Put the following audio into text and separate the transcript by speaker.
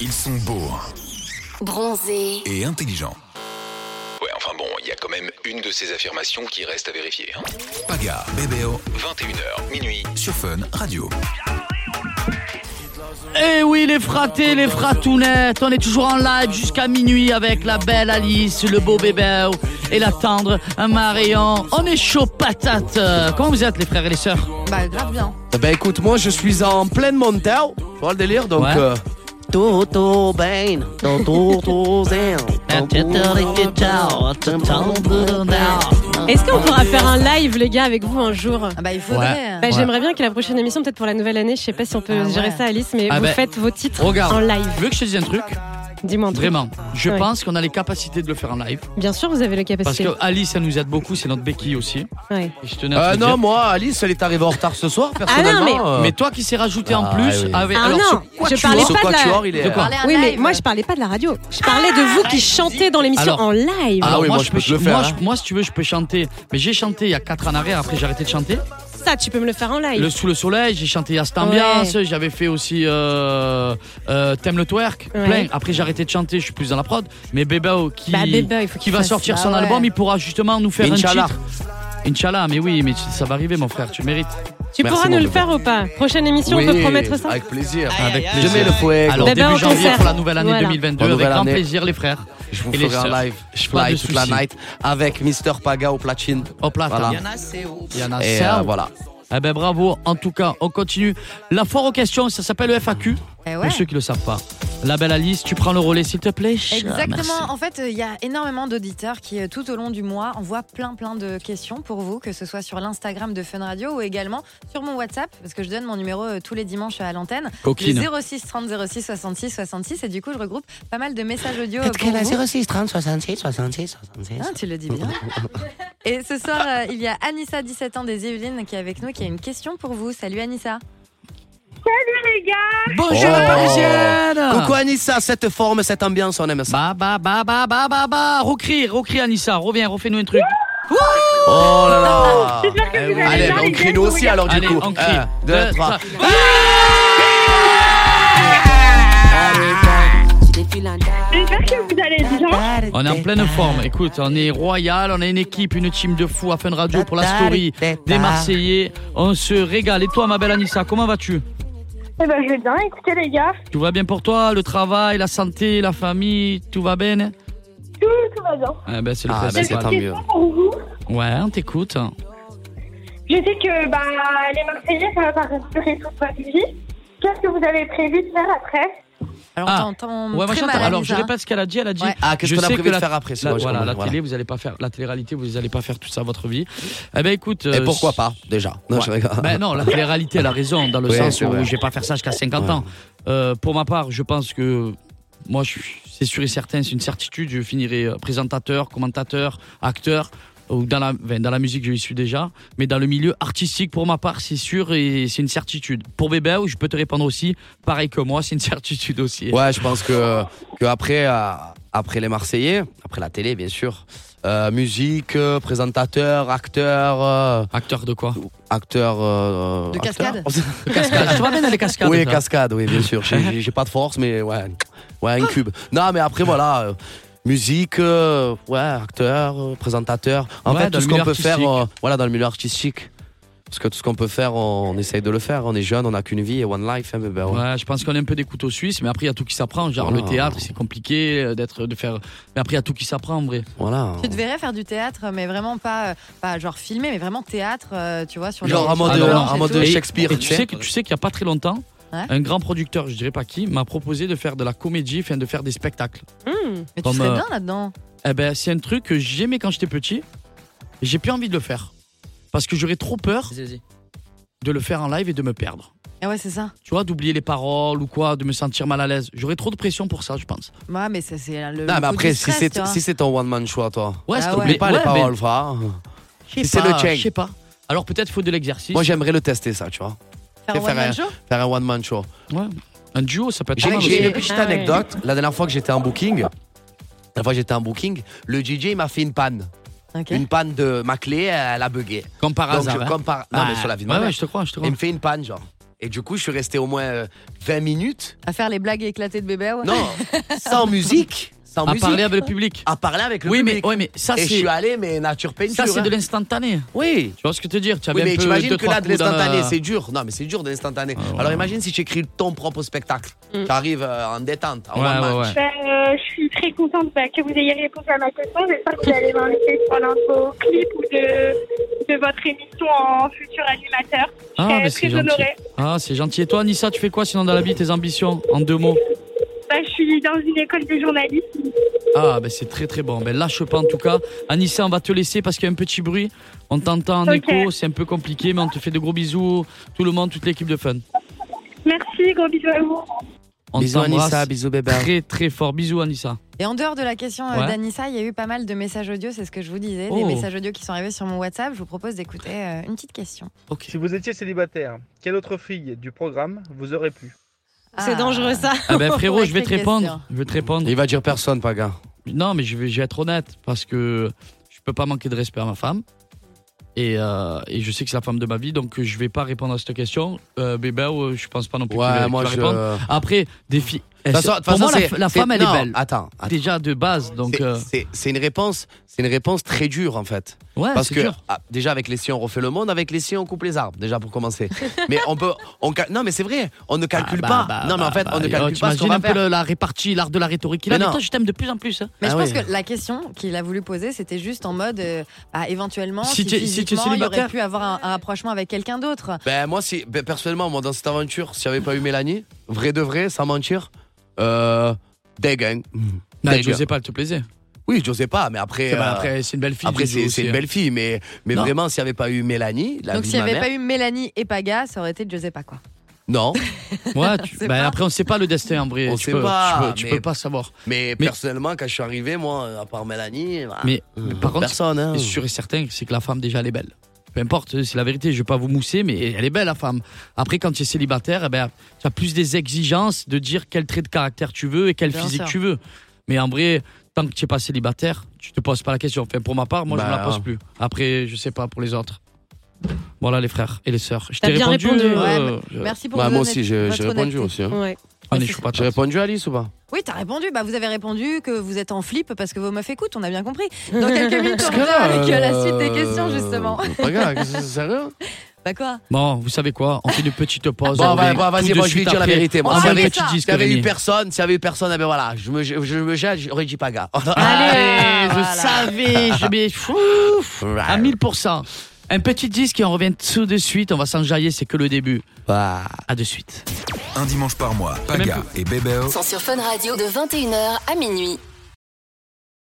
Speaker 1: Ils sont beaux
Speaker 2: Bronzé,
Speaker 1: et intelligents.
Speaker 3: Ouais, enfin bon, il y a quand même une de ces affirmations qui reste à vérifier. hein.
Speaker 1: Paga, Bébéo,
Speaker 3: 21h, minuit.
Speaker 1: sur Fun Radio.
Speaker 4: Eh oui, les fratés, les fratounettes, on est toujours en live jusqu'à minuit avec la belle Alice, le beau bébé et la tendre Marion. On est chaud patate. Euh, Comment vous êtes, les frères et les sœurs
Speaker 5: Bah grave bien.
Speaker 6: Ben écoute, moi je suis en pleine montagne, tu vois le délire, donc...
Speaker 4: Ouais.
Speaker 6: euh,
Speaker 7: Toto Bain, dans Toto Zen.
Speaker 6: Ah,
Speaker 8: Est-ce qu'on pourra faire un live, les gars, avec vous un jour
Speaker 5: Ah bah il faudrait.
Speaker 8: Bah,
Speaker 4: Ouais.
Speaker 8: J'aimerais bien que la prochaine émission, peut-être pour la nouvelle année, je sais pas si on peut
Speaker 5: Ah
Speaker 8: gérer
Speaker 5: ouais.
Speaker 8: ça, Alice, mais
Speaker 4: Ah
Speaker 8: vous
Speaker 4: bah,
Speaker 8: faites vos titres
Speaker 4: regarde.
Speaker 8: en live.
Speaker 4: Veux que je te dise un truc
Speaker 8: Dis-moi un truc.
Speaker 4: Vraiment, je
Speaker 8: Ouais.
Speaker 4: pense qu'on a les capacités de le faire en live.
Speaker 8: Bien sûr, vous avez la
Speaker 4: Parce
Speaker 8: capacité.
Speaker 4: que Alice, elle nous aide beaucoup, c'est notre béquille aussi.
Speaker 8: Ouais.
Speaker 4: Et je tenais à te
Speaker 6: euh,
Speaker 4: le
Speaker 6: non,
Speaker 4: dire.
Speaker 6: moi, Alice, elle est arrivée en retard ce soir, personnellement. euh,
Speaker 4: Mais toi qui s'est rajouté en
Speaker 6: Ah,
Speaker 4: plus
Speaker 6: oui.
Speaker 4: avec.
Speaker 8: Ah
Speaker 4: alors,
Speaker 8: non,
Speaker 4: ce quatuor-
Speaker 8: je parlais
Speaker 6: ce
Speaker 8: pas de la-
Speaker 6: quatuor, il est...
Speaker 4: De quoi
Speaker 5: Parler en
Speaker 8: Oui, mais
Speaker 5: live.
Speaker 8: moi, je parlais pas de la radio. Je parlais de vous qui chantez dans l'émission
Speaker 4: Alors.
Speaker 8: en live.
Speaker 6: Ah
Speaker 4: Alors,
Speaker 6: oui, moi, je peux te le faire,
Speaker 4: moi,
Speaker 6: hein.
Speaker 4: je- moi, si tu veux, je peux chanter. Mais j'ai chanté il y a 4 ans en arrière, après j'ai arrêté de chanter.
Speaker 8: Ça, tu peux me le faire en live.
Speaker 4: Le Sous le Soleil, j'ai chanté à cette ambiance, j'avais fait aussi euh, euh, T'aimes le twerk,
Speaker 8: Ouais.
Speaker 4: plein. Après j'ai arrêté de chanter, je suis plus dans la prod. Mais Bebao qui,
Speaker 8: Bah, Bebao, il faut qu'il
Speaker 4: qui va
Speaker 8: fasse
Speaker 4: sortir
Speaker 5: ça,
Speaker 4: son
Speaker 5: ouais.
Speaker 4: album, il pourra justement nous faire un
Speaker 6: Inch'Allah.
Speaker 4: titre. Inch'Allah, mais oui, mais tu- ça va arriver mon frère, tu le mérites.
Speaker 8: tu
Speaker 6: Merci,
Speaker 8: pourras
Speaker 6: mon
Speaker 8: nous le
Speaker 6: bébé.
Speaker 8: faire ou pas Prochaine émission,
Speaker 6: Oui,
Speaker 8: on peut promettre ça
Speaker 6: avec plaisir.
Speaker 4: Avec
Speaker 6: Je mets le fouet.
Speaker 4: Alors
Speaker 8: Bebao
Speaker 4: début
Speaker 8: en
Speaker 4: janvier
Speaker 8: concert.
Speaker 4: pour la nouvelle année
Speaker 8: Voilà.
Speaker 4: 2022,
Speaker 6: En
Speaker 4: avec
Speaker 6: nouvelle
Speaker 4: grand
Speaker 6: année.
Speaker 4: plaisir les frères.
Speaker 6: Je vous
Speaker 4: Et les
Speaker 6: ferai un
Speaker 4: sœurs.
Speaker 6: live. Je
Speaker 4: Pas de
Speaker 6: fly toute la
Speaker 4: soucis.
Speaker 6: night avec Mister Paga au platine.
Speaker 4: Hop là,
Speaker 6: Voilà.
Speaker 4: t'as bien. Oh, hein. Il y en a
Speaker 6: Et
Speaker 4: ça.
Speaker 6: euh, voilà.
Speaker 4: Eh ben bravo, en tout cas, on continue. La foire aux questions, ça s'appelle le FAQ,
Speaker 5: Eh ouais.
Speaker 4: pour ceux qui le savent pas. La belle Alice, tu prends le relais s'il te plaît. Merci.
Speaker 5: Exactement. En fait, euh, il y a énormément d'auditeurs qui, euh, tout au long du mois, envoient plein, plein de questions pour vous, que ce soit sur l'Instagram de Fun Radio ou également sur mon WhatsApp, parce que je donne mon numéro euh, tous les dimanches à l'antenne. Le
Speaker 4: Coquine.
Speaker 5: 06 30 06 66 66. Et du coup, je regroupe pas mal de messages audio. euh,
Speaker 7: Peut-être
Speaker 5: Pour
Speaker 7: qu'elle a
Speaker 5: vous.
Speaker 7: 06 30 66 66 66.
Speaker 5: Ah, tu le dis bien. Et ce soir, euh, il y a Anissa, 17 ans, des Yvelines, qui est avec nous, qui a une question pour vous. Salut Anissa.
Speaker 4: Bonjour
Speaker 6: Oh.
Speaker 4: la Parisienne
Speaker 6: Coucou Anissa, cette forme, cette ambiance, on aime ça.
Speaker 4: Bah bah bah bah bah bah bah Recrie, recrie Anissa, reviens, refais-nous un truc.
Speaker 6: Oh là là
Speaker 4: Eh oui.
Speaker 6: Allez,
Speaker 4: Allez,
Speaker 6: on crie nous aussi alors du
Speaker 4: Allez,
Speaker 6: coup.
Speaker 4: on crie. Euh,
Speaker 6: Un, deux, trois.
Speaker 9: J'espère que vous allez bien.
Speaker 4: On est en pleine forme, écoute, on est royal, on a une équipe, une team de fous à Fun Radio pour la story des Marseillais. On se régale. Et toi ma belle Anissa, comment vas-tu
Speaker 9: Eh ben, je vais bien. Écoutez, les gars,
Speaker 4: Tout va bien pour toi Le travail, la santé, la famille, tout va bien
Speaker 9: tout, tout va bien.
Speaker 4: Eh ben c'est le
Speaker 6: Ah, ben c'est
Speaker 4: principal.
Speaker 6: tant mieux.
Speaker 9: Pour vous,
Speaker 4: Ouais, on t'écoute.
Speaker 9: je sais que bah, les Marseillais, ça va pas durer toute votre vie. Qu'est-ce que vous avez prévu de faire après
Speaker 5: Alors,
Speaker 4: Ah.
Speaker 5: t'entends
Speaker 4: Ouais, moi,
Speaker 5: très
Speaker 4: j'entends.
Speaker 5: mal,
Speaker 4: Alors,
Speaker 5: Anissa,
Speaker 4: je
Speaker 5: hein.
Speaker 4: répète ce qu'elle a dit. Elle a dit.
Speaker 5: Ouais.
Speaker 6: Ah, qu'est-ce
Speaker 4: je
Speaker 6: qu'on a
Speaker 4: sais
Speaker 6: prévu
Speaker 4: que
Speaker 6: de
Speaker 4: la-
Speaker 6: faire après ça
Speaker 4: la-
Speaker 6: ouais, je
Speaker 4: voilà,
Speaker 6: comprends,
Speaker 4: la télé, vous allez pas faire, la télé-réalité, vous allez pas faire tout ça votre vie. Eh ben écoute.
Speaker 6: Et
Speaker 4: euh,
Speaker 6: pourquoi pas, déjà Non,
Speaker 4: Ouais.
Speaker 6: je rigole.
Speaker 4: Ben non, la télé-réalité, elle a raison, dans le
Speaker 6: Oui,
Speaker 4: sens
Speaker 6: c'est
Speaker 4: où
Speaker 6: vrai.
Speaker 4: je vais pas faire ça jusqu'à 50 ans. Euh, pour ma part, je pense que moi, je suis- c'est sûr et certain, c'est une certitude, je finirai euh, présentateur, commentateur, acteur. Ou dans la, ben, dans la musique, je suis déjà, mais dans le milieu artistique, pour ma part, c'est sûr et c'est une certitude. Pour Bébé, je peux te répondre aussi, pareil que moi, c'est une certitude aussi.
Speaker 6: Ouais, je pense que, que après, euh, après les Marseillais, après la télé, bien sûr, euh, musique, euh, présentateur, acteur, euh,
Speaker 4: Acteur de quoi
Speaker 6: acteur. euh,
Speaker 5: De
Speaker 6: acteur.
Speaker 5: cascade
Speaker 4: Cascade. Je te ramène à les cascades.
Speaker 6: Oui,
Speaker 4: toi.
Speaker 6: cascade, oui, bien sûr. J'ai- J'ai j'ai pas de force, mais ouais, ouais,
Speaker 4: Ah.
Speaker 6: un cube. Non, mais après, voilà. euh, Musique, euh, ouais, acteur, euh, présentateur. En
Speaker 4: Ouais,
Speaker 6: fait,
Speaker 4: dans
Speaker 6: tout ce
Speaker 4: le
Speaker 6: qu'on
Speaker 4: milieu
Speaker 6: peut faire,
Speaker 4: artistique.
Speaker 6: euh, voilà, dans le milieu artistique. Parce que tout ce qu'on peut faire, on, on essaye de le faire. On est jeune, on n'a qu'une vie et one life. hein, bébé, ouais.
Speaker 4: Ouais, je pense qu'on est un peu des couteaux suisses, mais après il y a tout qui s'apprend. Genre
Speaker 6: Voilà.
Speaker 4: le théâtre, c'est compliqué euh, d'être, de faire. Mais après il y a tout qui s'apprend en vrai.
Speaker 6: Voilà.
Speaker 5: Tu te verrais faire du théâtre, mais vraiment pas, euh, pas genre filmé, mais vraiment théâtre, euh, tu vois, sur
Speaker 6: Genre
Speaker 5: les-
Speaker 6: en mode,
Speaker 5: sur les
Speaker 4: Ah, non,
Speaker 5: planches
Speaker 6: en
Speaker 5: et
Speaker 6: mode
Speaker 5: tout.
Speaker 4: Et-
Speaker 6: Shakespeare.
Speaker 4: Et tu sais que tu sais qu'il y a pas très longtemps,
Speaker 5: Ouais.
Speaker 4: un grand producteur, je dirais pas qui, m'a proposé de faire de la comédie, enfin de faire des spectacles.
Speaker 8: Hmm.
Speaker 5: Mais tu
Speaker 4: comme,
Speaker 5: serais
Speaker 4: euh,
Speaker 5: bien là-dedans.
Speaker 4: Eh ben c'est un truc que j'aimais quand j'étais petit. et J'ai plus envie de le faire parce que j'aurais trop peur de le faire en live et de me perdre.
Speaker 5: Et Eh ouais, c'est ça.
Speaker 4: Tu vois, d'oublier les paroles ou quoi, de me sentir mal à l'aise. J'aurais trop de pression pour ça, je pense.
Speaker 5: Ouais, mais ça, c'est le. le
Speaker 6: Non, mais
Speaker 5: coup du
Speaker 6: après, si
Speaker 5: stress, tu
Speaker 6: c'est
Speaker 5: vois.
Speaker 6: si c'est ton one man show à toi,
Speaker 4: Ouais,
Speaker 5: Ah
Speaker 4: c'est
Speaker 5: ouais.
Speaker 6: n'oublie pas
Speaker 4: mais-
Speaker 6: les
Speaker 4: ouais, mais
Speaker 6: paroles, frère.
Speaker 4: je sais
Speaker 6: Si c'est
Speaker 4: pas,
Speaker 6: le check.
Speaker 4: Je sais pas. Alors peut-être faut de l'exercice.
Speaker 6: Moi, j'aimerais le tester, ça, tu vois.
Speaker 5: Faire un
Speaker 6: faire
Speaker 5: one-man
Speaker 6: un-
Speaker 5: show
Speaker 6: Faire un one man show.
Speaker 4: Ouais. Un duo, ça peut être. pas
Speaker 6: J'ai
Speaker 4: mal
Speaker 6: j'ai
Speaker 4: aussi.
Speaker 6: une petite
Speaker 8: Ah ouais.
Speaker 6: anecdote. La dernière fois que j'étais en booking, la dernière fois que j'étais en booking, le DJ il m'a fait une panne.
Speaker 5: Ok.
Speaker 6: Une panne de ma clé, elle a bugué.
Speaker 4: Comme par
Speaker 6: Donc,
Speaker 4: hasard.
Speaker 6: je
Speaker 4: hein.
Speaker 6: compare. Non, mais sur la vie de ma
Speaker 4: Ah, Ouais,
Speaker 6: mère.
Speaker 4: ouais, je te crois, je te
Speaker 6: Il
Speaker 4: crois.
Speaker 6: me fait une panne, genre. Et du coup, je suis resté au moins euh, 20 minutes.
Speaker 5: À faire les blagues éclatées de bébé, ouais.
Speaker 6: Non, sans musique. Sans
Speaker 4: À
Speaker 6: musique.
Speaker 4: parler avec le public.
Speaker 6: à parler avec le
Speaker 4: oui, mais,
Speaker 6: public.
Speaker 4: ouais, mais ça,
Speaker 6: Et je
Speaker 4: c'est
Speaker 6: suis allé, mais nature peinture.
Speaker 4: ça, c'est de
Speaker 6: hein.
Speaker 4: l'instantané.
Speaker 6: Oui.
Speaker 4: Tu vois ce que je veux te dire Tu
Speaker 6: Oui,
Speaker 4: avais
Speaker 6: mais
Speaker 4: un peu
Speaker 6: t'imagines
Speaker 4: deux,
Speaker 6: que là,
Speaker 4: trois
Speaker 6: de
Speaker 4: coups dans
Speaker 6: l'instantané,
Speaker 4: la- Ah,
Speaker 6: c'est dur. Non, mais c'est dur de l'instantané.
Speaker 4: ouais.
Speaker 6: Alors imagine si tu écris ton propre spectacle.
Speaker 8: Mm.
Speaker 6: Tu arrives en détente, en
Speaker 4: Ouais,
Speaker 6: one man.
Speaker 4: ouais, ouais.
Speaker 9: Ben, euh, je suis très contente bah, que vous ayez répondu à ma question. J'espère que vous allez m'inviter sur l'un de vos clips ou de, de votre émission en futur animateur. Je
Speaker 4: Ah,
Speaker 9: serais
Speaker 6: ben,
Speaker 4: mais c'est
Speaker 9: très
Speaker 4: gentil.
Speaker 9: honorée.
Speaker 4: Ah, c'est gentil. Et toi, Nissa, tu fais quoi sinon dans la vie, tes ambitions En deux mots
Speaker 9: Ben, je suis dans une école de journalisme.
Speaker 4: Ah, ben c'est très très bon. Ben lâche pas en tout cas. Anissa, on va te laisser parce qu'il y a un petit bruit. On t'entend en
Speaker 9: Ok.
Speaker 4: écho, c'est un peu compliqué, mais on te fait de gros bisous. Tout le monde, toute l'équipe de fun.
Speaker 9: Merci, gros bisous à vous.
Speaker 4: On
Speaker 6: Bisous
Speaker 4: t'embrasse
Speaker 6: Anissa, bisous bébé.
Speaker 4: Très très fort. Bisous, Anissa.
Speaker 5: Et en dehors de la question euh,
Speaker 4: Ouais.
Speaker 5: d'Anissa, il y a eu pas mal de messages audio, c'est ce que je vous disais, des
Speaker 4: Oh.
Speaker 5: messages audio qui sont arrivés sur mon WhatsApp. Je vous propose d'écouter euh, une petite question.
Speaker 4: Ok.
Speaker 10: Si vous étiez célibataire, quelle autre fille du programme vous aurait plu
Speaker 8: C'est dangereux ça.
Speaker 4: Ah ben frérot, je vais te
Speaker 5: Sacrée
Speaker 4: répondre.
Speaker 5: question.
Speaker 4: Je vais te répondre.
Speaker 6: Il va dire personne, Paga.
Speaker 4: Non, mais je vais, je vais être honnête parce que je peux pas manquer de respect à ma femme. Et, euh, et je sais que c'est la femme de ma vie, donc euh, je vais pas répondre à cette question. Euh, bébé, euh, je pense pas non plus que tu
Speaker 6: Ouais,
Speaker 4: vas-
Speaker 6: moi
Speaker 4: tu vas
Speaker 6: je.
Speaker 4: répondre.
Speaker 6: De
Speaker 4: Après, des filles.
Speaker 6: toute façon- de toute
Speaker 4: Pour moi,
Speaker 6: façon,
Speaker 4: la,
Speaker 6: c'est-
Speaker 4: la
Speaker 6: c'est-
Speaker 4: femme, elle
Speaker 6: non,
Speaker 4: est belle.
Speaker 6: Attends, attends.
Speaker 4: Déjà de base, Ah, donc.
Speaker 6: C'est-
Speaker 4: euh,
Speaker 6: c'est- C'est une réponse, c'est une réponse très dure en fait,
Speaker 4: ouais,
Speaker 6: parce
Speaker 4: c'est
Speaker 6: que
Speaker 4: dur.
Speaker 6: ah, déjà avec les si on refait le monde, avec les si on coupe les arbres déjà pour commencer. mais on peut, on cal- non mais c'est vrai, on ne calcule
Speaker 4: Ah,
Speaker 6: pas.
Speaker 4: bah, bah,
Speaker 6: non mais en
Speaker 4: bah,
Speaker 6: fait, on
Speaker 4: bah,
Speaker 6: ne calcule
Speaker 4: oh,
Speaker 6: pas ce qu'on
Speaker 4: t'imagines
Speaker 6: va
Speaker 4: un peu
Speaker 6: faire.
Speaker 4: le- la répartie, l'art de la rhétorique. qu'il a.
Speaker 6: Mais
Speaker 4: Mais
Speaker 6: non.
Speaker 4: toi, je t'aime de plus en plus. hein.
Speaker 5: Mais
Speaker 6: Ah
Speaker 5: je pense
Speaker 6: oui.
Speaker 5: que la question qu'il a voulu poser, c'était juste en mode, euh, bah, éventuellement,
Speaker 4: Si
Speaker 5: si,
Speaker 4: tu- si tu es
Speaker 5: physiquement, il aurait
Speaker 4: célibataire.
Speaker 5: pu avoir un, un rapprochement avec quelqu'un d'autre.
Speaker 6: Ben moi, si, ben, personnellement, moi dans cette aventure, s'il n'y avait pas eu Mélanie, vrai de vrai, sans mentir, euh, deg, hein.
Speaker 4: Mais
Speaker 6: Deg.
Speaker 4: je sais pas, elle te plaisait.
Speaker 6: Oui, je sais pas, mais après.
Speaker 4: Bah,
Speaker 6: euh,
Speaker 4: après, Bah, c'est une belle fille.
Speaker 6: après,
Speaker 4: du coup,
Speaker 6: c'est c'est
Speaker 4: aussi,
Speaker 6: une
Speaker 4: hein.
Speaker 6: belle fille, mais, mais
Speaker 4: Non.
Speaker 6: vraiment, s'il n'y avait pas eu Mélanie, la
Speaker 5: Donc
Speaker 6: vie
Speaker 5: s'il
Speaker 6: de
Speaker 5: n'y
Speaker 6: ma
Speaker 5: avait
Speaker 6: mère,
Speaker 5: pas eu Mélanie et Paga, ça aurait été je sais pas quoi.
Speaker 6: non.
Speaker 4: Ouais, tu-
Speaker 5: C'est
Speaker 4: bah,
Speaker 5: pas-
Speaker 4: après, on sait pas le destin en vrai.
Speaker 6: On
Speaker 4: tu
Speaker 6: sait
Speaker 4: peux,
Speaker 6: pas,
Speaker 4: Tu, peux, tu
Speaker 6: mais- Hmm.
Speaker 4: peux pas savoir.
Speaker 6: Mais,
Speaker 4: Mais-
Speaker 6: personnellement, quand je suis arrivé, moi, à part Mélanie, bah,
Speaker 4: Mais, mais par contre,
Speaker 6: personne. Hein.
Speaker 4: ce qui est sûr et certain, c'est que la femme, déjà, elle est belle. Peu importe, c'est la vérité, je vais pas vous mousser, mais elle est belle, la femme. Après, quand tu es célibataire, eh ben, tu as plus des exigences de dire quel trait de caractère tu veux et quel
Speaker 5: Bien
Speaker 4: physique
Speaker 5: sûr.
Speaker 4: tu veux. Mais en vrai, tant que tu n'es pas célibataire, tu te poses pas la question. Enfin, pour ma part, moi, je me
Speaker 6: Bah,
Speaker 4: la pose plus. Après, je sais pas pour les autres. Voilà, les frères et les sœurs. Je
Speaker 8: T'as
Speaker 4: t'ai
Speaker 8: bien
Speaker 4: répondu.
Speaker 8: répondu.
Speaker 4: euh, je-
Speaker 5: Merci pour
Speaker 6: Bah,
Speaker 5: votre
Speaker 6: moi aussi,
Speaker 5: honnête-
Speaker 6: j'ai
Speaker 5: votre
Speaker 6: j'ai répondu
Speaker 5: honnêteté.
Speaker 6: aussi. hein.
Speaker 8: Ouais.
Speaker 4: on est chaud
Speaker 6: J'ai
Speaker 4: patate.
Speaker 6: répondu à Alice ou pas
Speaker 5: Oui, t'as répondu. Bah, vous avez répondu que vous êtes en flip parce que vos meufs écoutent, on a bien compris. Dans quelques minutes, on revient avec euh, la suite des questions, justement.
Speaker 6: euh, Regarde, c'est sérieux
Speaker 5: Bah quoi
Speaker 4: Bon, vous savez quoi On fait une petite pause.
Speaker 6: Bon,
Speaker 4: On
Speaker 6: bah,
Speaker 4: revient
Speaker 6: bah,
Speaker 4: tout
Speaker 6: vas-y,
Speaker 4: de
Speaker 6: moi, je
Speaker 4: suite
Speaker 6: vais dire la
Speaker 4: après.
Speaker 6: vérité, moi.
Speaker 4: On fait un
Speaker 6: S'il y avait-
Speaker 4: petit disque,
Speaker 6: S'il y avait eu
Speaker 4: Rémi.
Speaker 6: personne, s'il y avait eu personne, eh ben voilà, je me, je, je me jette, j'aurais dit pas gars. Ah,
Speaker 4: Allez,
Speaker 5: Voilà.
Speaker 4: je savais, je mets fouf, à 1000%. Un petit disque et on revient tout de suite. On va s'enjailler, c'est que le début.
Speaker 6: Bah.
Speaker 4: À de suite.
Speaker 1: Un dimanche par mois, Paga et Bébéo
Speaker 2: sont sur Fun Radio de 21h à minuit.